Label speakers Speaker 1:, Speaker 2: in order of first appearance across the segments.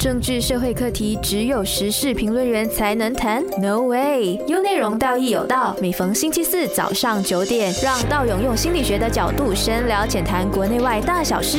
Speaker 1: 政治社会课题只有时事评论员才能谈？No way！有内容，道义有道。每逢星期四早上九点，让道勇用心理学的角度深聊浅谈国内外大小事。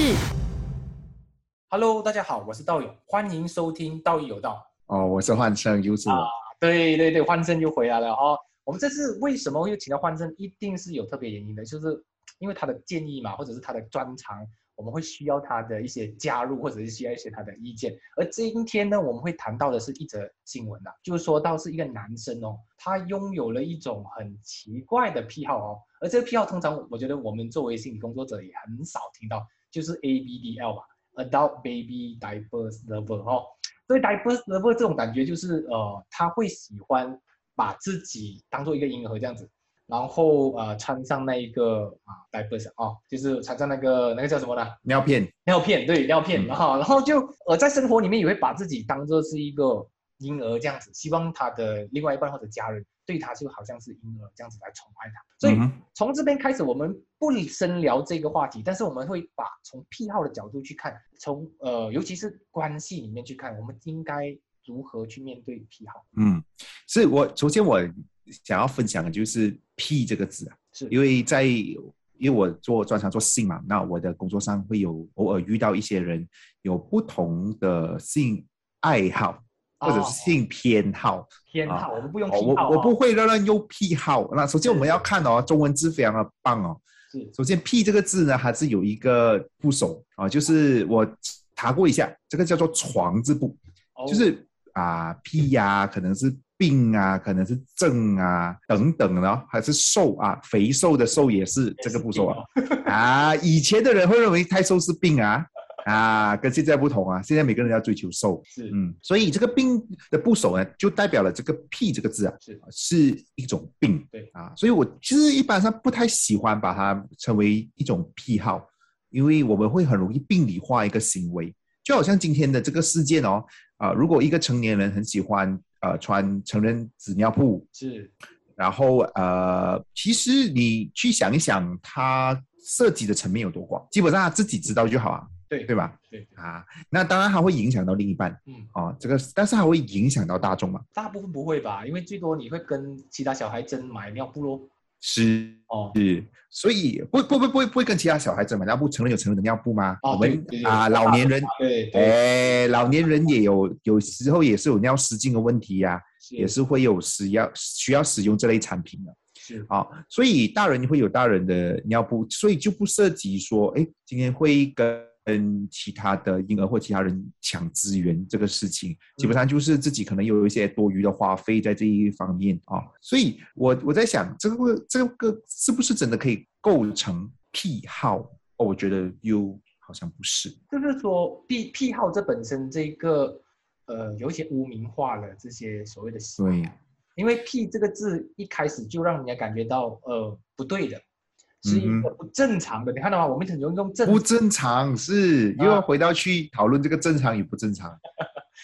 Speaker 2: Hello，大家好，我是道友，欢迎收听《道义有道
Speaker 3: 哦，我是幻胜，又是我。》。
Speaker 2: 啊对对对，欢声又回来了哦。我们这次为什么又请到欢声，一定是有特别原因的，就是因为他的建议嘛，或者是他的专长，我们会需要他的一些加入，或者是需要一些他的意见。而今天呢，我们会谈到的是一则新闻啊，就是说到是一个男生哦，他拥有了一种很奇怪的癖好哦，而这个癖好通常我觉得我们作为心理工作者也很少听到，就是 ABDL 吧。Adult Baby Diapers Lover 哦，所以 Diapers Lover 这种感觉就是呃，他会喜欢把自己当做一个婴儿这样子，然后呃穿上那一个啊 Diapers 哦，就是穿上那个那个叫什么呢？
Speaker 3: 尿片，
Speaker 2: 尿片，对，尿片
Speaker 3: 嗯
Speaker 2: 哈、然后就呃在生活里面也会把自己当做是一个婴儿这样子，希望他的另外一半或者家人对他就好像是婴儿这样子来宠爱他，所以
Speaker 3: 嗯哼
Speaker 2: 从这边开始，我们不深聊这个话题，但是我们会把从癖好的角度去看，从呃，尤其是关系里面去看，我们应该如何去面对癖好？
Speaker 3: 嗯，是我首先我想要分享的就是“癖”这个字啊，
Speaker 2: 是
Speaker 3: 因为在因为我做专长做性嘛，那我的工作上会有偶尔遇到一些人有不同的性爱好或者
Speaker 2: 哦
Speaker 3: 是性偏好，
Speaker 2: 偏
Speaker 3: 啊
Speaker 2: 好，我们不用
Speaker 3: 哦
Speaker 2: 癖好、
Speaker 3: 我我不，会乱乱用癖好。那首先我们要看哦，中文字非常的棒哦。
Speaker 2: 是
Speaker 3: 首先“癖”这个字呢，它是有一个部首啊，就是我查过一下，这个叫做“床”字部，
Speaker 2: 哦
Speaker 3: 就是啊屁呀、可能是病啊，可能是症啊等等的哦，还是瘦啊，肥瘦的瘦也是这个步骤啊。啊，以前的人会认为太瘦是病啊啊，跟现在不同啊，现在每个人要追求瘦，
Speaker 2: 是
Speaker 3: 嗯，所以这个病的部首呢，就代表了这个屁这个字啊，
Speaker 2: 是
Speaker 3: 是一种病，
Speaker 2: 对
Speaker 3: 啊，所以我其实一般上不太喜欢把它称为一种癖好，因为我们会很容易病理化一个行为，就好像今天的这个事件哦，啊、如果一个成年人很喜欢呃穿成人纸尿裤，
Speaker 2: 是
Speaker 3: 然后呃，其实你去想一想，它涉及的层面有多广，基本上他自己知道就好啊，
Speaker 2: 对
Speaker 3: 对吧？
Speaker 2: 对，对
Speaker 3: 啊，那当然它会影响到另一半
Speaker 2: 嗯，
Speaker 3: 啊，这个但是它会影响到大众嘛，
Speaker 2: 大部分不会吧？因为最多你会跟其他小孩争买尿布咯。
Speaker 3: 是
Speaker 2: 哦，
Speaker 3: 是，所以不不不不会不会跟其他小孩子买尿布，成人有成人的尿布吗？
Speaker 2: 哦
Speaker 3: 我
Speaker 2: 对
Speaker 3: 们
Speaker 2: 对对
Speaker 3: 啊，老年人，
Speaker 2: 对对，
Speaker 3: 哎，老年人也有有时候也是有尿失禁的问题呀、也
Speaker 2: 是
Speaker 3: 是会有使要需要使用这类产品的
Speaker 2: 是
Speaker 3: 啊、所以大人会有大人的尿布，所以就不涉及说，哎，今天会跟。跟其他的婴儿或其他人抢资源这个事情，基
Speaker 2: 嗯
Speaker 3: 本上就是自己可能有一些多余的花费在这一方面啊、所以我我在想，这个这个是不是真的可以构成癖好？哦，我觉得又好像不是。
Speaker 2: 就是说癖癖好这本身这个呃有一些污名化了这些所谓的习惯
Speaker 3: 对，
Speaker 2: 因为“屁”这个字一开始就让人家感觉到呃不对的，是一
Speaker 3: 嗯
Speaker 2: 个不正常的。你看到吗？我们很容易用正
Speaker 3: 不，正常是又
Speaker 2: 啊
Speaker 3: 要回到去讨论这个正常与不正常。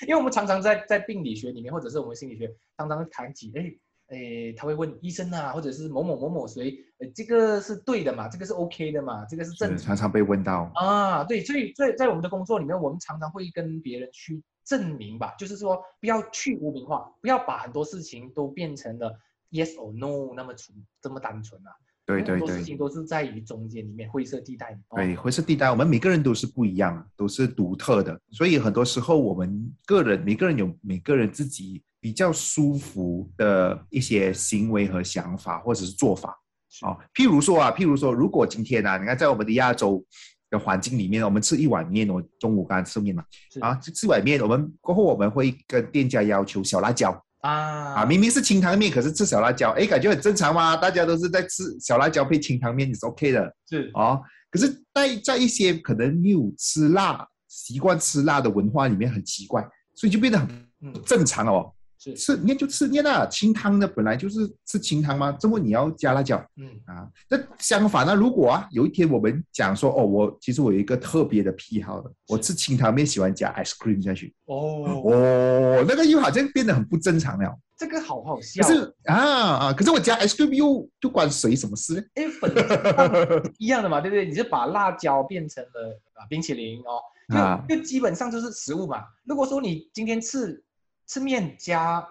Speaker 2: 因为我们常常在在病理学里面，或者是我们心理学常常谈起，哎哎，他会问医生啊，或者是某某某某谁，呃，这个是对的嘛？这个是 OK 的嘛？这个是正
Speaker 3: 是
Speaker 2: 常
Speaker 3: 常常被问到，
Speaker 2: 啊？对，所以在在我们的工作里面，我们常常会跟别人去证明吧，就是说不要去污名化，不要把很多事情都变成了 yes or no 那么纯这么单纯啊。
Speaker 3: 对
Speaker 2: 很
Speaker 3: 对
Speaker 2: 多事情
Speaker 3: 对
Speaker 2: 都是在于中间里面灰色地带里。哦
Speaker 3: 对，灰色地带，我们每个人都是不一样，都是独特的，所以很多时候我们个人每个人有每个人自己比较舒服的一些行为和想法或者是做法
Speaker 2: 是
Speaker 3: 啊、哦譬如说啊，譬如说，如果今天啊，你看在我们的亚洲。的环境里面，我们吃一碗面，我中午刚刚吃面嘛，
Speaker 2: 是
Speaker 3: 啊，吃吃碗面，我们过后我们会跟店家要求小辣椒，
Speaker 2: 啊
Speaker 3: 啊，明明是清汤面，可是吃小辣椒，哎，感觉很正常嘛，大家都是在吃小辣椒配清汤面，也是 OK 的
Speaker 2: 是
Speaker 3: 哦。可是在，在一些可能没有吃辣、习惯吃辣的文化里面，很奇怪，所以就变得很
Speaker 2: 嗯
Speaker 3: 不正常哦。
Speaker 2: 是
Speaker 3: 吃面就吃面啦，清汤的本来就是吃清汤嘛，怎么你要加辣椒
Speaker 2: 嗯
Speaker 3: 啊？那相反呢，如果啊有一天我们讲说，哦，我其实我有一个特别的癖好的，我吃清汤面喜欢加 ice cream 下去，
Speaker 2: 哦，
Speaker 3: 哦，那个又好像变得很不正常了。
Speaker 2: 这个好好笑哦
Speaker 3: 可。是啊啊，可是我加 ice cream 又又关谁什么事呢？
Speaker 2: 因为本质上一样的嘛，对不对？你是把辣椒变成了啊冰淇淋哦，
Speaker 3: 啊
Speaker 2: 就就基本上就是食物嘛。如果说你今天吃吃面加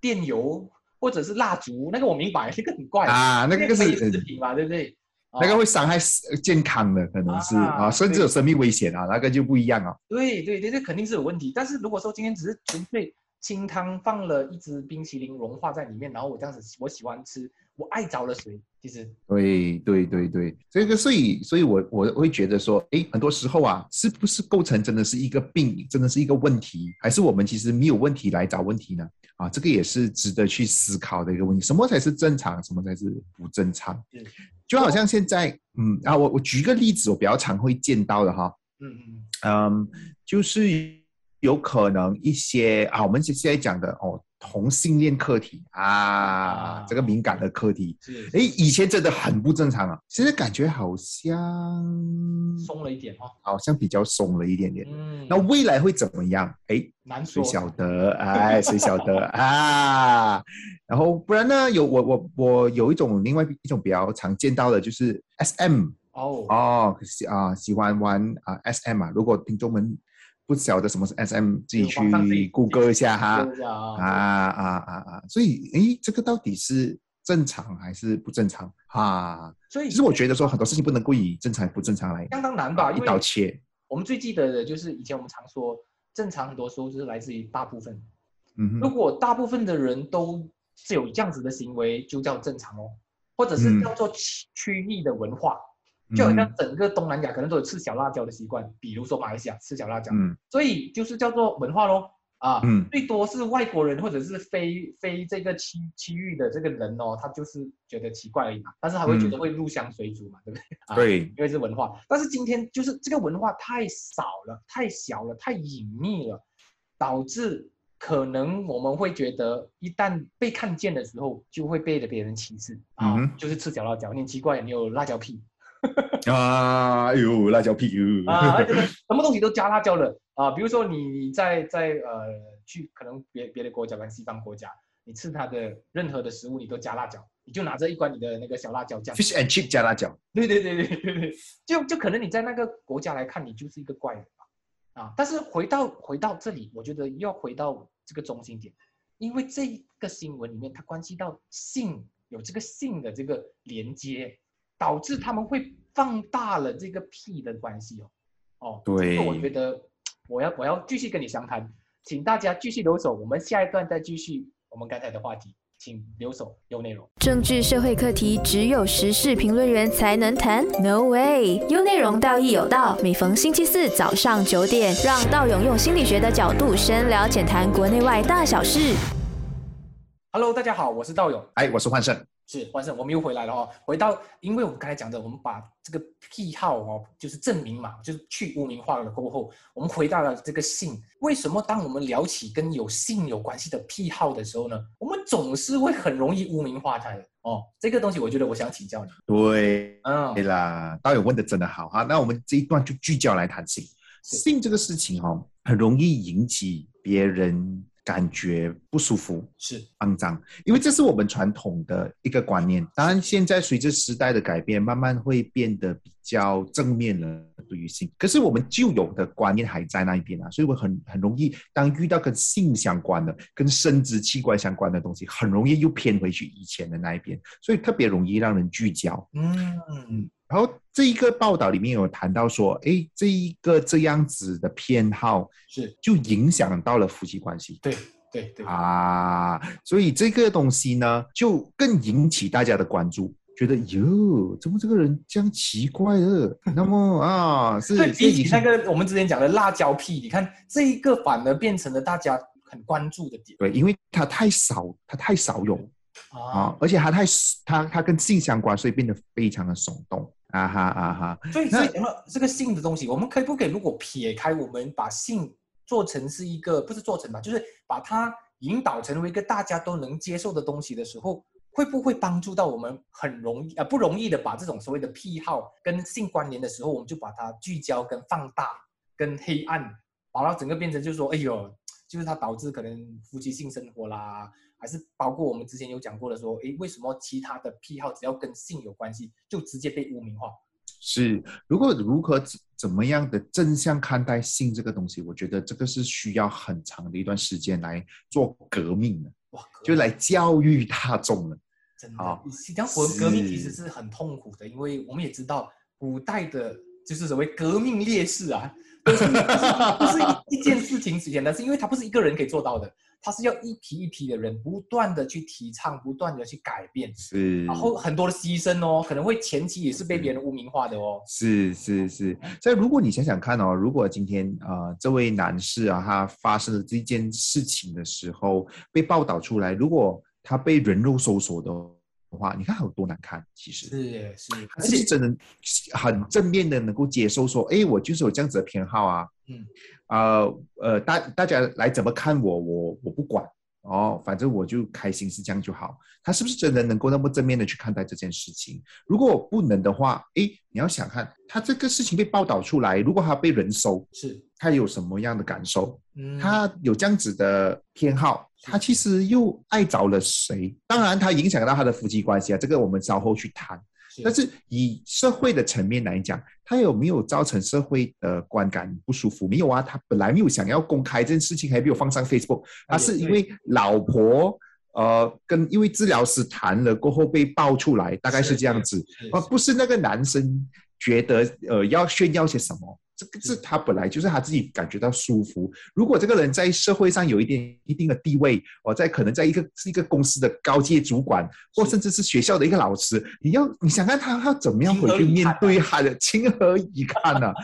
Speaker 2: 电油或者是蜡烛，那个我明白，那个很怪，
Speaker 3: 啊，那
Speaker 2: 哎那
Speaker 3: 个是
Speaker 2: 非食品嘛，对不对？啊
Speaker 3: 那个会伤害健康的，可能是
Speaker 2: 啊
Speaker 3: 啊，甚至有生命危险啊，那个就不一样啊。
Speaker 2: 对对对，这肯定是有问题。但是如果说今天只是纯粹清汤放了一只冰淇淋融化在里面，然后我这样子我喜欢吃，我爱着了谁，其实
Speaker 3: 对对对对，这个所以所以我我会觉得说，诶，很多时候啊，是不是构成真的是一个病，真的是一个问题，还是我们其实没有问题来找问题呢？啊，这个也是值得去思考的一个问题，什么才是正常，什么才是不正常
Speaker 2: 嗯？
Speaker 3: 就好像现在，嗯啊，我我举一个例子，我比较常会见到的哈，
Speaker 2: 嗯嗯
Speaker 3: 嗯，就是有可能一些啊，我们现在讲的哦，同性恋课题啊，
Speaker 2: 啊
Speaker 3: 这个敏感的课题，
Speaker 2: 是
Speaker 3: 诶，以前真的很不正常啊，现在感觉好像
Speaker 2: 松了一点哦。
Speaker 3: 好像比较松了一点点。
Speaker 2: 嗯，
Speaker 3: 那未来会怎么样？诶，
Speaker 2: 难说
Speaker 3: 谁。晓得？哎，谁晓得啊？然后不然呢？有我我我有一种另外一种比较常见到的就是 SM
Speaker 2: 哦，
Speaker 3: 哦，喜啊、喜欢玩啊、SM 啊。如果听众们不晓得什么是 SM，自己
Speaker 2: 就网上自己
Speaker 3: 去谷歌一下哈。
Speaker 2: 对呀
Speaker 3: 啊啊啊啊！所以，诶，这个到底是正常还是不正常啊？
Speaker 2: 所以
Speaker 3: 其实我觉得说很多事情不能够以正常不正常来
Speaker 2: 相当难吧，
Speaker 3: 啊
Speaker 2: 因
Speaker 3: 一
Speaker 2: 为
Speaker 3: 刀切。
Speaker 2: 我们最记得的就是以前我们常说，正常很多时候就是来自于大部分。
Speaker 3: 嗯
Speaker 2: 如
Speaker 3: 哼，
Speaker 2: 果大部分的人都是有这样子的行为，就叫正常哦，或者是
Speaker 3: 嗯
Speaker 2: 叫做区区域的文化，
Speaker 3: 嗯
Speaker 2: 就好像整个东南亚可能都有吃小辣椒的习惯，比如说马来西亚吃小辣椒，
Speaker 3: 嗯
Speaker 2: 所以就是叫做文化咯啊。
Speaker 3: 嗯
Speaker 2: 最多是外国人或者是非非这个区区域的这个人哦，他就是觉得奇怪而已嘛，但是他会
Speaker 3: 嗯
Speaker 2: 觉得会入乡随俗嘛，对不对？ 啊
Speaker 3: 对
Speaker 2: 因为是文化。但是今天就是这个文化太少了、太小了、太隐秘了，导致可能我们会觉得，一旦被看见的时候，就会被别人歧视啊、
Speaker 3: 嗯哼
Speaker 2: 就是吃小辣椒，你很奇怪，你有辣椒屁
Speaker 3: 啊，哎呦，辣椒屁哟
Speaker 2: 啊，这个什么东西都加辣椒了啊。比如说你你在在呃去可能别别的国家，跟西方国家，你吃它的任何的食物，你都加辣椒，你就拿着一罐你的那个小辣椒酱。
Speaker 3: ，fish and chip 加辣椒，
Speaker 2: 对对对对对对，就就可能你在那个国家来看，你就是一个怪人吧，啊！但是回到回到这里，我觉得要回到这个中心点，因为这一个新闻里面它关系到性，有这个性的这个连接，导致他们会放大了这个屁的关系哦，哦，
Speaker 3: 对
Speaker 2: 这个我觉得我要我要继续跟你详谈，请大家继续留守，我们下一段再继续我们刚才的话题，请留守有内容。
Speaker 1: 政治社会课题只有时事评论员才能谈？No way！有内容道义有道，每逢星期四早上九点，让道勇用心理学的角度深聊浅谈国内外大小事。
Speaker 2: Hello，大家好，我是道友。
Speaker 3: 哎，我是幻胜，
Speaker 2: 是，万胜，我们又回来了哦。回到，因为我们刚才讲的，我们把这个癖好哦，就是证明嘛，就是去污名化了过后，我们回到了这个性。为什么当我们聊起跟有性有关系的癖好的时候呢，我们总是会很容易污名化它的哦？这个东西，我觉得我想请教你。
Speaker 3: 对
Speaker 2: 嗯
Speaker 3: 对，哎啦，道友问的真的好哈，那我们这一段就聚焦来谈性，
Speaker 2: 是
Speaker 3: 性这个事情哦，很容易引起别人感觉不舒服，
Speaker 2: 是，
Speaker 3: 肮脏，因为这是我们传统的一个观念。当然，现在随着时代的改变，慢慢会变得比较正面了对于性。可是我们旧有的观念还在那一边啊，所以我很很容易，当遇到跟性相关的、跟生殖器官相关的东西，很容易又偏回去以前的那一边，所以特别容易让人聚焦。
Speaker 2: 嗯，
Speaker 3: 然后这一个报道里面有谈到说，诶，这一个这样子的偏好
Speaker 2: 是
Speaker 3: 就影响到了夫妻关系。
Speaker 2: 对，对，对，
Speaker 3: 啊，所以这个东西呢，就更引起大家的关注，觉得哟，怎么这个人这样奇怪的？那么啊，是
Speaker 2: 对比
Speaker 3: 是
Speaker 2: 起那个我们之前讲的辣椒屁，你看这一个反而变成了大家很关注的点
Speaker 3: 对，因为它太少，它太少有
Speaker 2: 啊
Speaker 3: 啊，。而且它太它它跟性相关，所以变得非常的耸动啊哈啊哈，
Speaker 2: 所以，所
Speaker 3: 那
Speaker 2: 以讲到这个性的东西，我们可以不可以如果撇开我们把性做成是一个不是做成吧，就是把它引导成为一个大家都能接受的东西的时候，会不会帮助到我们很容易呃不容易的把这种所谓的癖好跟性关联的时候，我们就把它聚焦跟放大跟黑暗，把它整个变成就是说，哎呦，就是它导致可能夫妻性生活啦，还是包括我们哎之前有讲过的说，诶，为什么其他的癖好只要跟性有关系就直接被污名化？
Speaker 3: 是，如果如何怎怎么样的正向看待性这个东西，我觉得这个是需要很长的一段时间来做革命的，
Speaker 2: 哇，革
Speaker 3: 就
Speaker 2: 命
Speaker 3: 来教育大众的。
Speaker 2: 真
Speaker 3: 好
Speaker 2: 的，你讲文革命其实
Speaker 3: 哦是
Speaker 2: 是很痛苦的，因为我们也知道古代的，就是所谓革命烈士啊，都是 不是一一件事情简单，是因为他不是一个人可以做到的，他是要一批一批的人不断的去提倡，不断的去改变，
Speaker 3: 是，
Speaker 2: 然后很多的牺牲哦，可能会前期也是被别人污名化的哦。
Speaker 3: 是是是，所以如果你想想看哦，如果今天啊、呃、这位男士啊他发生了这件事情的时候被报道出来，如果他被人肉搜索的话，你看有多难看，其实。
Speaker 2: 是是，而
Speaker 3: 是不是
Speaker 2: 且
Speaker 3: 真的很正面的能够接受说，哎，我就是有这样子的偏好啊，
Speaker 2: 嗯，
Speaker 3: 呃呃，大大家来怎么看我，我我不管哦，反正我就开心是这样就好。他是不是真的能够那么正面的去看待这件事情？如果不能的话，哎，你要想看他这个事情被报道出来，如果他被人搜，
Speaker 2: 是，
Speaker 3: 他有什么样的感受？
Speaker 2: 嗯，
Speaker 3: 他有这样子的偏好，
Speaker 2: 是
Speaker 3: 他其实又爱着了谁？当然，他影响到他的夫妻关系啊，这个我们稍后去谈。但是以社会的层面来讲，他有没有造成社会的观感不舒服？没有啊，他本来没有想要公开这件事情，还没有放上 Facebook，
Speaker 2: 啊
Speaker 3: 他
Speaker 2: 也
Speaker 3: 是因
Speaker 2: 对
Speaker 3: 为老婆呃跟一位治疗师谈了过后被爆出来，大概是
Speaker 2: 是
Speaker 3: 这样子，
Speaker 2: 是
Speaker 3: 而不是那个男生觉得呃要炫耀些什么。这个
Speaker 2: 是
Speaker 3: 是他本来就是他自己感觉到舒服。如果这个人在社会上有一点一定的地位，哦，在可能在一个是一个公司的高阶主管，或
Speaker 2: 是
Speaker 3: 甚至是学校的一个老师，你要你想看他要怎么样
Speaker 2: 情
Speaker 3: 回
Speaker 2: 何
Speaker 3: 去
Speaker 2: 以
Speaker 3: 面
Speaker 2: 堪啊
Speaker 3: 对他的， 情何以堪呐、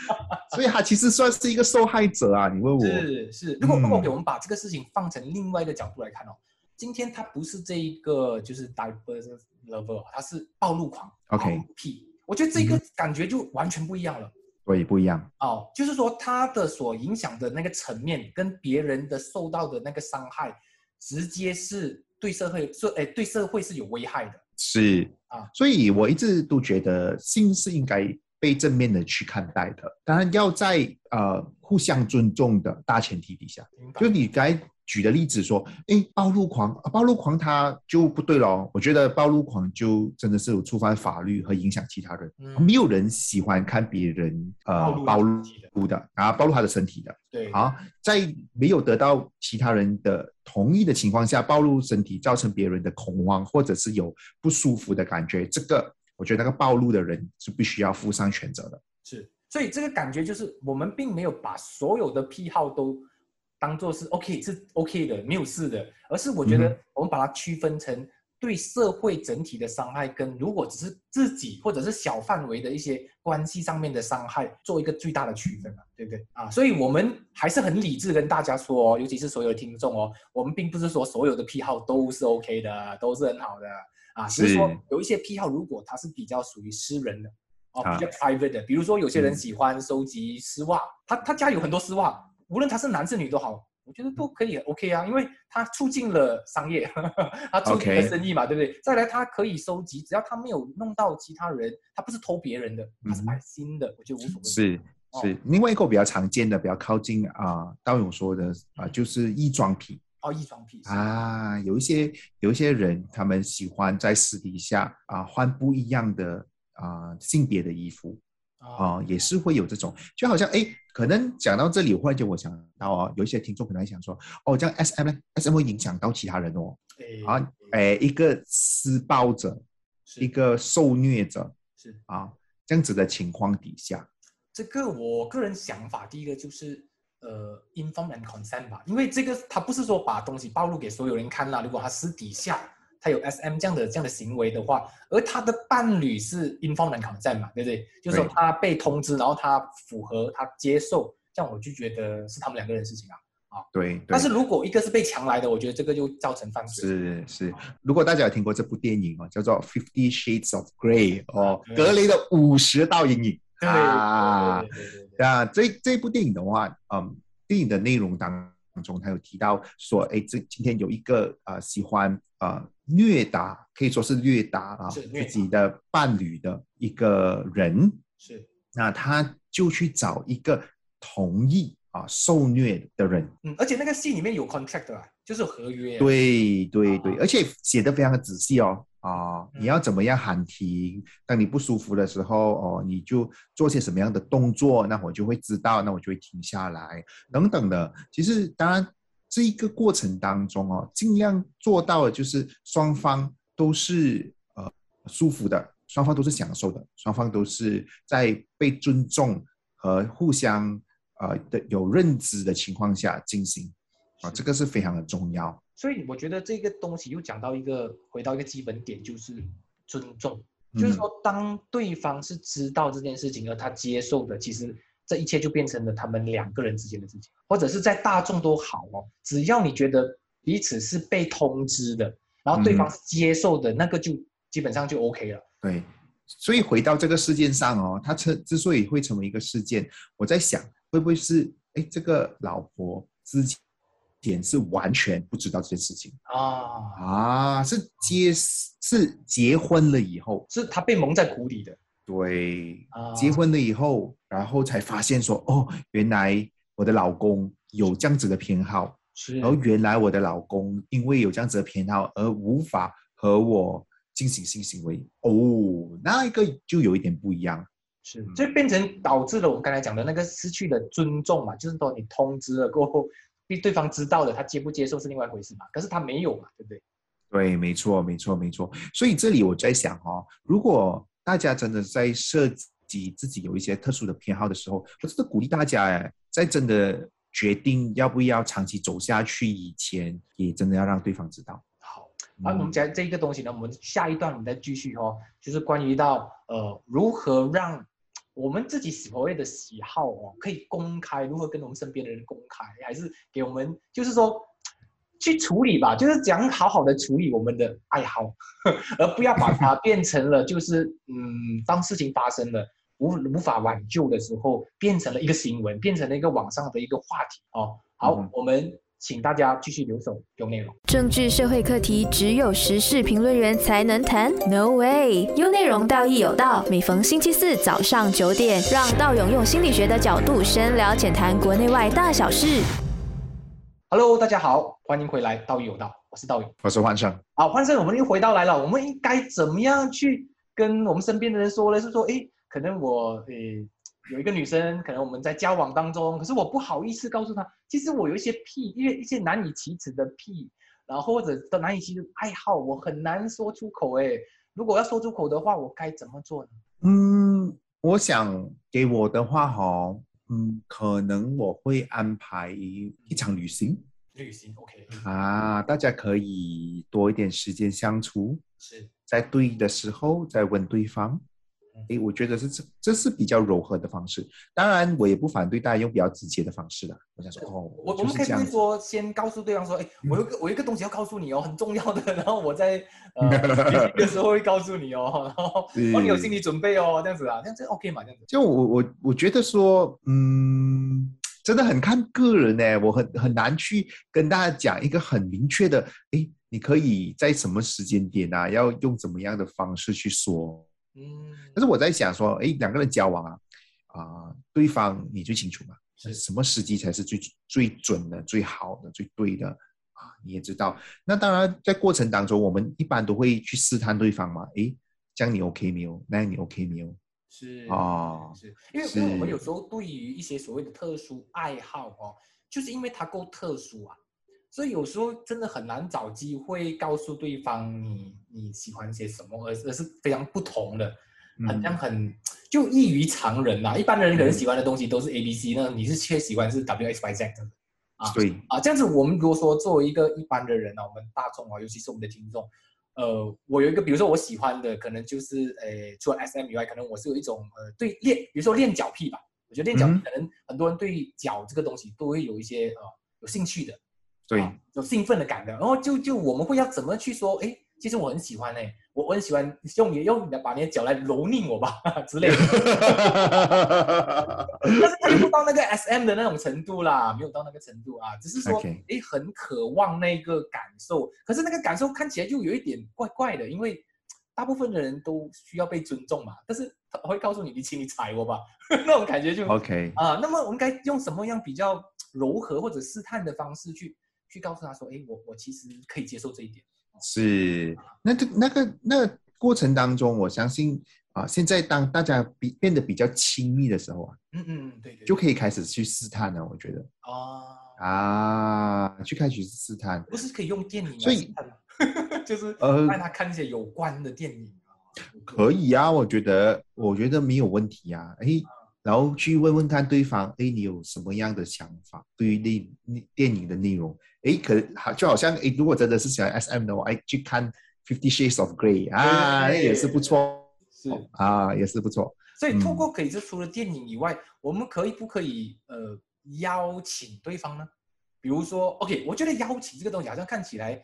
Speaker 3: 所以他其实算是一个受害者啊，你问我。
Speaker 2: 是是，如果如果
Speaker 3: 嗯
Speaker 2: 给我们把这个事情放成另外一个角度来看哦，今天他不是这一个就是 diverse lover，他是暴露狂
Speaker 3: OK
Speaker 2: 暴露癖，我觉得这个感觉就完全不一样了。
Speaker 3: 所以不一样。
Speaker 2: 哦，就是说他的所影响的那个层面，跟别人的受到的那个伤害，直接是对社会社哎对社会是有危害的。
Speaker 3: 是
Speaker 2: 啊
Speaker 3: 所以我一直都觉得性是应该被正面的去看待的，当然要在呃互相尊重的大前提底下。
Speaker 2: 明白
Speaker 3: 就你刚才举的例子说，哎，暴露狂，啊暴露狂他就不对咯。我觉得暴露狂就真的是有触犯法律和影响其他人。
Speaker 2: 嗯
Speaker 3: 没有人喜欢看别人呃
Speaker 2: 暴
Speaker 3: 暴
Speaker 2: 露自己的
Speaker 3: 露的，然后暴露他的身体的。
Speaker 2: 对
Speaker 3: 好，在没有得到其他人的同意的情况下，暴露身体，造成别人的恐慌，或者是有不舒服的感觉，这个我觉得那个暴露的人是必须要负上全责的。
Speaker 2: 是，所以这个感觉就是我们并没有把所有的癖好都当做是 OK 是 OK 的，没有事的，而是我觉
Speaker 3: 嗯
Speaker 2: 得我们把它区分成对社会整体的伤害，跟如果只是自己或者是小范围的一些关系上面的伤害，做一个最大的区分嘛，对不对啊？所以我们还是很理智跟大家说、哦，尤其是所有的听众哦，我们并不是说所有的癖好都是 OK 的，都是很好的啊，只是说
Speaker 3: 是
Speaker 2: 有一些癖好如果它是比较属于私人的。哦，
Speaker 3: 啊
Speaker 2: 比较 private 的，比如说有些人
Speaker 3: 嗯
Speaker 2: 喜欢收集丝袜，他他家有很多丝袜，无论他是男是女都好，我觉得
Speaker 3: 嗯
Speaker 2: 都可以 OK 啊，因为他促进了商业，他促进了
Speaker 3: OK
Speaker 2: 生意嘛对不对？再来，他可以收集，只要他没有弄到其他人，他不是偷别人的，他是买新的，我觉得无所谓。
Speaker 3: 嗯是
Speaker 2: 哦
Speaker 3: 是，另外一个比较常见的，比较靠近啊，道勇说的啊，就是异装癖
Speaker 2: 哦，异装癖是
Speaker 3: 啊，有一些有一些人他们喜欢在私底下啊换不一样的啊性别的衣服，
Speaker 2: 啊，
Speaker 3: 啊、也是会有这种，就好像哎，可能讲到这里，忽然间我想到哦，有一些听众可能还想说，哦，这样 S M S M 会影响到其他人哦，
Speaker 2: 哎
Speaker 3: 啊，哎，一个施暴者，
Speaker 2: 是
Speaker 3: 一个受虐者
Speaker 2: 是
Speaker 3: 啊，这样子的情况底下，
Speaker 2: 这个我个人想法，第一个就是呃，inform and consent 吧，因为这个他不是说把东西暴露给所有人看啦。如果他私底下他有 SM 这样的这样的行为的话，而他的伴侣是 inform and consent 嘛，对不对？就是说
Speaker 3: 对
Speaker 2: 他被通知，然后他符合，他接受，这样我就觉得是他们两个人的事情啊。
Speaker 3: 对，对
Speaker 2: 但是如果一个是被强来的，我觉得这个就造成犯罪。
Speaker 3: 是是，如果大家有听过这部电影哦，叫做《Fifty Shades of Grey》哦，
Speaker 2: 对
Speaker 3: 格雷的五十道阴影
Speaker 2: 对，
Speaker 3: 啊，
Speaker 2: 对对对对对对，
Speaker 3: 那这这部电影的话，嗯，电影的内容当中，他有提到说，哎，这今天有一个呃喜欢呃虐打，可以说是虐打啊
Speaker 2: 是虐
Speaker 3: 自
Speaker 2: 打
Speaker 3: 己的伴侣的一个人，
Speaker 2: 是
Speaker 3: 那他就去找一个同意啊受虐的人，
Speaker 2: 嗯，而且那个戏里面有 contract 的、啊，就是有合约啊、
Speaker 3: 对对
Speaker 2: 啊
Speaker 3: 对，而且写的非常的仔细哦，啊、
Speaker 2: 嗯
Speaker 3: 你要怎么样喊停？当你不舒服的时候，哦，你就做些什么样的动作，那我就会知道，那我就会停下来，
Speaker 2: 嗯
Speaker 3: 等等的。其实，当然这一个过程当中哦，尽量做到的就是双方都是呃舒服的，双方都是享受的，双方都是在被尊重和互相呃的有认知的情况下进行啊、这个是非常的重要。
Speaker 2: 所以我觉得这个东西又讲到一个，回到一个基本点，就是尊重，
Speaker 3: 嗯
Speaker 2: 就是说当对方是知道这件事情，而他接受的，其实这一切就变成了他们两个人之间的事情，或者是在大众都好哦，只要你觉得彼此是被通知的，然后对方
Speaker 3: 嗯
Speaker 2: 是接受的，那个就基本上就 OK 了。
Speaker 3: 对，所以回到这个事件上哦，它成之所以会成为一个事件，我在想会不会是哎，这个老婆之前是完全不知道这件事情
Speaker 2: 啊，
Speaker 3: 啊，是结是结婚了以后，
Speaker 2: 是他被蒙在鼓里的
Speaker 3: 对，
Speaker 2: 啊，
Speaker 3: 结婚了以后，然后才发现说哦，原来我的老公有这样子的偏好，
Speaker 2: 是
Speaker 3: 然后原来我的老公因为有这样子的偏好而无法和我进行性行为，哦，那一个就有一点不一样。
Speaker 2: 是，
Speaker 3: 嗯
Speaker 2: 就变成导致了我们刚才讲的那个失去了尊重嘛，就是说你通知了过后，对对方知道了，他接不接受是另外一回事嘛，可是他没有嘛，对不对？
Speaker 3: 对，没错，没错，没错。所以这里我在想哦，如果大家真的在设计自己有一些特殊的偏好的时候，我真的鼓励大家，哎，在真的决定要不要长期走下去以前，也真的要让对方知道。
Speaker 2: 好，
Speaker 3: 嗯
Speaker 2: 那我们讲这一个东西呢，我们下一段我们再继续哦，就是关于到呃如何让我们自己所谓的喜好哦可以公开，如何跟我们身边的人公开，还是给我们就是说去处理吧，就是讲好好的处理我们的爱好， 而不要把它变成了就是嗯，当事情发生了。无无法挽救的时候，变成了一个新闻，变成了一个网上的一个话题哦。好，
Speaker 3: 嗯
Speaker 2: 我们请大家继续留守有内容。
Speaker 1: 政治社会课题只有时事评论员才能谈？No way！有内容道义有道，每逢星期四早上九点，让道勇用心理学的角度深聊浅谈国内外大小事。
Speaker 2: Hello，大家好，欢迎回来，道友有道，我是道友。
Speaker 3: 我是幻胜，
Speaker 2: 好，换生，我们又回到来了，我们应该怎么样去跟我们身边的人说呢？是说，诶，可能我诶有一个女生，可能我们在交往当中，可是我不好意思告诉她，其实我有一些癖，因为一些难以启齿的癖，然后或者都难以启齿的爱好，我很难说出口。诶，如果要说出口的话，我该怎么做呢？
Speaker 3: 嗯，我想给我的话哦，嗯，可能我会安排一场旅行
Speaker 2: 旅行，OK，
Speaker 3: 啊，大家可以多一点时间相处，
Speaker 2: 是
Speaker 3: 在对的时候再问对方
Speaker 2: 嗯。
Speaker 3: 诶，我觉得是这这是比较柔和的方式，当然我也不反对大家用比较直接的方式啦。我想说，哦，
Speaker 2: 我我
Speaker 3: 就
Speaker 2: 们
Speaker 3: 是
Speaker 2: 可以
Speaker 3: 这
Speaker 2: 不会
Speaker 3: 样子，嗯
Speaker 2: 说先告诉对方说，哎，我有个我有一个东西要告诉你哦，很重要的，然后我在 呃联系的时候会告诉你哦，然后
Speaker 3: 是
Speaker 2: 然后你有心理准备哦，这样子啊，这样子 OK 嘛，这样子
Speaker 3: 就我我我觉得说，嗯，真的很看个人呢、我很很难去跟大家讲一个很明确的，诶，你可以在什么时间点啊，要用怎么样的方式去说。
Speaker 2: 嗯，
Speaker 3: 但是我在想说，诶，两个人交往啊，啊、对方你最清楚嘛，
Speaker 2: 是
Speaker 3: 什么时机才是最最准的、最好的、最对的啊？你也知道。那当然，在过程当中，我们一般都会去试探对方嘛，诶，这样你 OK 没有？那样你 OK 没有？
Speaker 2: 是
Speaker 3: 哦，
Speaker 2: 是因为因为我们
Speaker 3: 是
Speaker 2: 有时候对于一些所谓的特殊爱好哦，就是因为它够特殊啊，所以有时候真的很难找机会告诉对方你你喜欢些什么，而是而是非常不同的。
Speaker 3: 嗯
Speaker 2: 很像很就异于常人呐、啊一般的人可能喜欢的东西都是 A B C，那你是却喜欢是 W X Y Z 这样子啊
Speaker 3: 对，
Speaker 2: 啊。这样子，我们如果说作为一个一般的人呢、啊，我们大众啊，尤其是我们的听众，呃，我有一个，比如说我喜欢的，可能就是呃，除了 S M 以外，可能我是有一种呃对练，比如说练脚癖吧。我觉得练脚癖
Speaker 3: 嗯
Speaker 2: 可能很多人对脚这个东西都会有一些呃有兴趣的，
Speaker 3: 对
Speaker 2: 啊，有兴奋的感觉。然后就就我们会要怎么去说？哎，其实我很喜欢哎、我我很喜欢用你用你的把你的脚来蹂躏我吧 之类的。但是他又不到那个 S M 的那种程度啦，没有到那个程度啊，只是说哎
Speaker 3: OK
Speaker 2: 很渴望那个感受，可是那个感受看起来就有一点怪怪的，因为。大部分的人都需要被尊重嘛，但是他会告诉你，你请你踩我吧， 那种感觉就
Speaker 3: OK，
Speaker 2: 啊，那么我们该用什么样比较柔和或者试探的方式去去告诉他说，哎，我我其实可以接受这一点，
Speaker 3: 是，那这那个那个过程当中，我相信啊、现在当大家比变得比较亲密的时候啊，
Speaker 2: 嗯嗯，对对，
Speaker 3: 就可以开始去试探了。我觉得
Speaker 2: 啊，
Speaker 3: 啊，去开始试探，
Speaker 2: 不是可以用电影来
Speaker 3: 所以
Speaker 2: 看吗， 就是
Speaker 3: 呃
Speaker 2: 让他看一些有关的电影啊，
Speaker 3: 可以啊，我觉得我觉得没有问题啊。哎，
Speaker 2: 嗯
Speaker 3: 然后去问问看对方，哎，你有什么样的想法对于那那电影的内容？哎，可好就好像哎，如果真的是喜欢 SM 的话，哎，去看《Fifty Shades of Grey》啊，那
Speaker 2: 对
Speaker 3: 也是不错
Speaker 2: 是。
Speaker 3: 啊，也是不错。
Speaker 2: 所以
Speaker 3: 嗯
Speaker 2: 透过可以是除了电影以外，我们可以不可以呃邀请对方呢？比如说，OK，我觉得邀请这个东西好像看起来，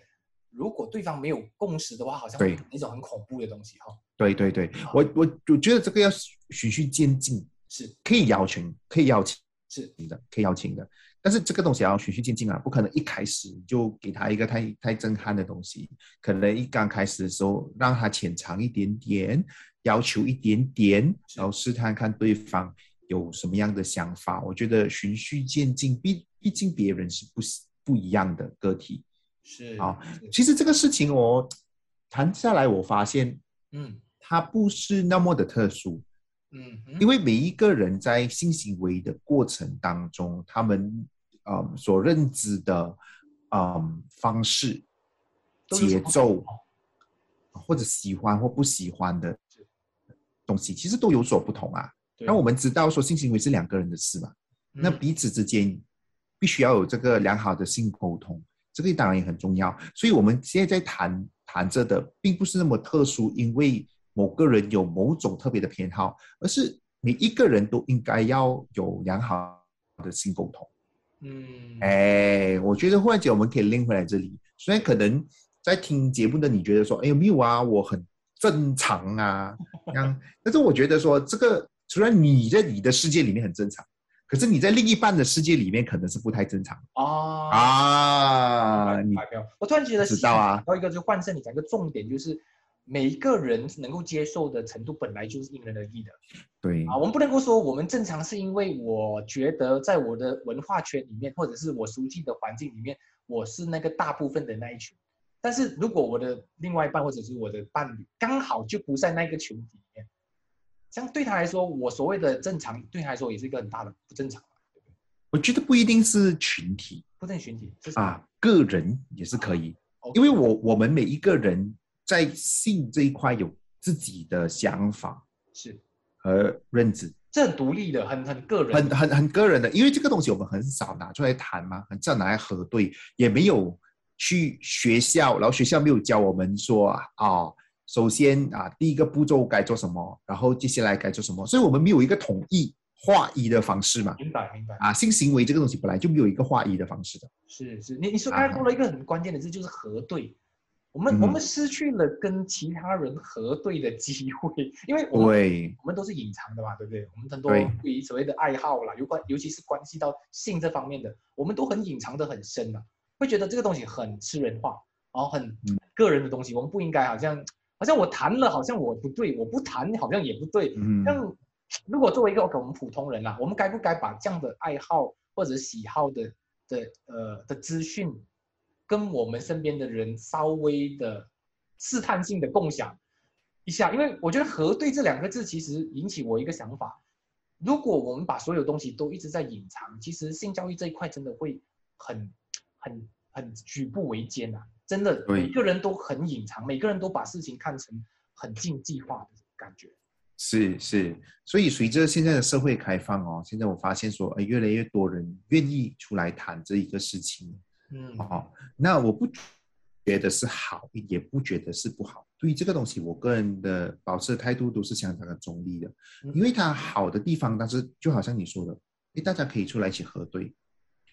Speaker 2: 如果对方没有共识的话，好像
Speaker 3: 对
Speaker 2: 一种很恐怖的东西哈、
Speaker 3: 对对对，我我我觉得这个要循序渐进，
Speaker 2: 是
Speaker 3: 可以邀请，可以邀请
Speaker 2: 是，
Speaker 3: 的，可以邀请的。但是这个东西也要循序渐进啊，不可能一开始就给他一个太太震撼的东西，可能一刚开始的时候让他浅尝一点点，要求一点点，然后试探看对方有什么样的想法。我觉得循序渐进，毕毕竟别人是不不一样的个体。
Speaker 2: 是
Speaker 3: 好
Speaker 2: 是
Speaker 3: 其实这个事情我谈下来，我发现
Speaker 2: 嗯
Speaker 3: 它不是那么的特殊。
Speaker 2: 嗯哼，
Speaker 3: 因
Speaker 2: 为
Speaker 3: 为每一个人在性行为的过程当中，他们呃所认知的嗯方式、节奏，
Speaker 2: 哦
Speaker 3: 或者喜欢或不喜欢的
Speaker 2: 是
Speaker 3: 东西，其实都有所不同啊。那我们知道说性行为是两个人的事嘛，那
Speaker 2: 比
Speaker 3: 彼此之间必须要有这个良好的性沟通，这个当然也很重要。所以我们现在在谈谈着的，并不是那么特殊，因为某个人有某种特别的偏好，而是每一个人都应该要有良好的性沟通。
Speaker 2: 嗯
Speaker 3: 哎，我觉得忽然间我们可以拎回来这里，虽然可能在听节目的你觉得说，哎没有啊，我很正常啊，这样，但是我觉得说这个，除了你在你的世界里面很正常，可是你在另一半的世界里面可能是不太正常
Speaker 2: 啊
Speaker 3: 啊，你
Speaker 2: 白嫖。我突然觉得
Speaker 3: 知道啊，
Speaker 2: 到一个就换成你讲一个重点，就是每一个人能够接受的程度本来就是因人而异的。
Speaker 3: 对
Speaker 2: 啊，我们不能够说我们正常，是因为我觉得在我的文化圈里面，或者是我熟悉的环境里面，我是那个大部分的那一群。但是如果我的另外一半或者是我的伴侣刚好就不在那个群体里面，这样对他来说，我所谓的正常，对他来说也是一个很大的不正常，
Speaker 3: 我觉得不一定是群体
Speaker 2: 不正群体是什么
Speaker 3: 啊，个人也是可以，
Speaker 2: OK，
Speaker 3: 因为我我们每一个人在性这一块有自己的想法
Speaker 2: 是
Speaker 3: 和认知。
Speaker 2: 这很独立的，很很个人，
Speaker 3: 很很很个人的，因为这个东西我们很少拿出来谈嘛，很少拿来核对，也没有去学校，然后学校没有教我们说啊、首先啊第一个步骤该做什么，然后接下来该做什么，所以我们没有一个统一划一的方式嘛。
Speaker 2: 明白明白，
Speaker 3: 啊，性行为这个东西本来就没有一个划一的方式的，
Speaker 2: 是是，你你说刚才
Speaker 3: 啊
Speaker 2: 说了一个很关键的字，就是核对。我们、我
Speaker 3: 嗯
Speaker 2: 们失去了跟其他人核对的机会， 因为我们
Speaker 3: 对
Speaker 2: 我们都是隐藏的嘛，对不对？我们很多
Speaker 3: 对
Speaker 2: 对于所谓的爱好啦，有关尤其是关系到性这方面的，我们都很隐藏的很深啊，会觉得这个东西很私人化，然后很
Speaker 3: 嗯
Speaker 2: 个人的东西，我们不应该好像好像我谈了，好像我不对，我不谈好像也不对，
Speaker 3: 嗯，
Speaker 2: 像如果作为一个我们普通人啊啦、我们该不该把这样的爱好或者喜好的的呃的资讯，跟我们身边的人稍微的试探性的共享一下？因为我觉得“核对”这两个字其实引起我一个想法：如果我们把所有东西都一直在隐藏，其实性教育这一块真的会很很很举步维艰啊！真的，
Speaker 3: 对
Speaker 2: 每个人都很隐藏，每个人都把事情看成很竞技化的感觉。
Speaker 3: 是是，所以随着现在的社会开放哦，现在我发现说，呃，越来越多人愿意出来谈这一个事情，
Speaker 2: 嗯，
Speaker 3: 哦，那我不觉得是好，也不觉得是不好。对于这个东西，我个人的保持的态度都是相当的中立的，
Speaker 2: 嗯
Speaker 3: 因为它好的地方，但是就好像你说的，诶，大家可以出来一起核对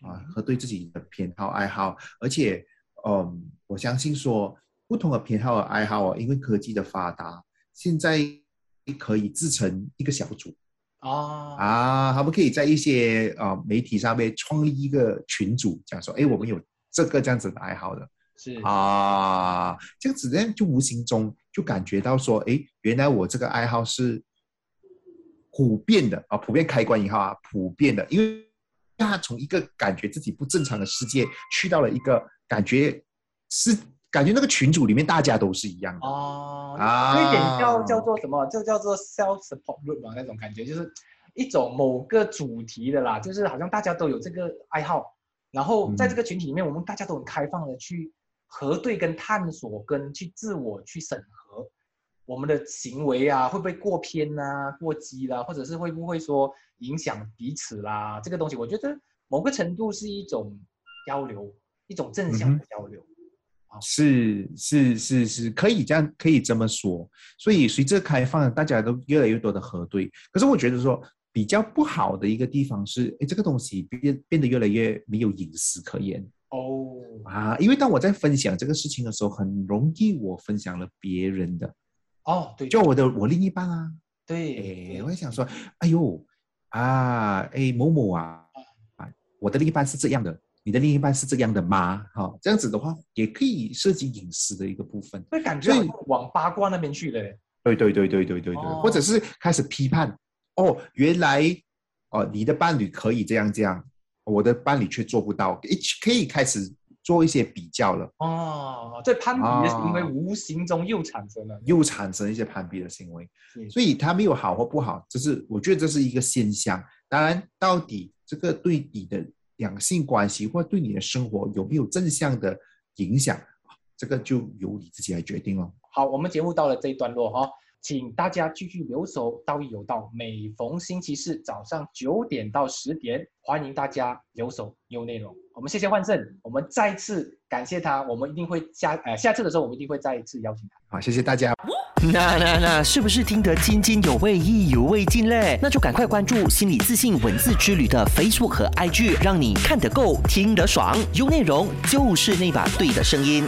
Speaker 3: 啊，核对自己的偏好爱好，而且，嗯，我相信说不同的偏好和爱好啊，因为科技的发达，现在可以自成一个小组。
Speaker 2: 啊
Speaker 3: 啊，他们可以在一些呃媒体上面创立一个群组，讲说，哎，我们有这个这样子的爱好的
Speaker 2: 是
Speaker 3: 啊，这样子呢就无形中就感觉到说，哎，原来我这个爱好是普遍的啊，普遍开关以后啊，普遍的，因为他从一个感觉自己不正常的世界去到了一个感觉是感觉那个群组里面大家都是一样的。
Speaker 2: 哦，
Speaker 3: 啊
Speaker 2: 有一点叫叫做什么？就叫做 self support group 嘛，那种感觉，就是一种某个主题的啦，就是好像大家都有这个爱好，然后
Speaker 3: 嗯
Speaker 2: 在这个群体里面，我们大家都很开放的去核对、跟探索、跟去自我去审核我们的行为啊，会不会过偏呐、过激啦、或者是会不会说影响彼此啦？这个东西，我觉得某个程度是一种交流，一种正
Speaker 3: 嗯
Speaker 2: 向的交流。
Speaker 3: 是是是是，可以这样，可以这么说。所以随着开放，大家都越来越多的核对。可是我觉得说比较不好的一个地方是，哎，这个东西变变得越来越没有隐私可言
Speaker 2: 哦，
Speaker 3: 啊。因为当我在分享这个事情的时候，很容易我分享了别人的，
Speaker 2: 哦，对，
Speaker 3: 就我的我另一半啊，
Speaker 2: 对
Speaker 3: 哎，，我会想说，哎呦啊，哎某某啊，啊，我的另一半是这样的，你的另一半是这样的吗？哈、这样子的话也可以涉及隐私的一个部分。
Speaker 2: 会感觉好
Speaker 3: 所以
Speaker 2: 像往八卦那边去了欸。
Speaker 3: 对对对对对对对，
Speaker 2: 哦
Speaker 3: 或者是开始批判哦，原来哦你的伴侣可以这样这样，我的伴侣却做不到，一起可以开始做一些比较了，
Speaker 2: 哦，这攀比的行为
Speaker 3: 啊
Speaker 2: 无形中又产生了，
Speaker 3: 又产生一些攀比的行为，
Speaker 2: 是
Speaker 3: 所以它没有好或不好，这是我觉得这是一个现象。当然，到底这个对你的两性关系或对你的生活有没有正向的影响，这个就由你自己来决定了。
Speaker 2: 好，我们节目到了这一段落哈、请大家继续留守道义有道，每逢星期四早上九点到十点，欢迎大家留守有内容。我们谢谢万盛，我们再次感谢他，我们一定会下呃下次的时候我们一定会再一次邀请他。
Speaker 3: 好，谢谢大家。
Speaker 4: 那那那，是不是听得津津有味、意犹未尽嘞？那就赶快关注“心理自信文字之旅”的 Facebook 和 IG，让你看得够、听得爽，有内容就是那把对的声音。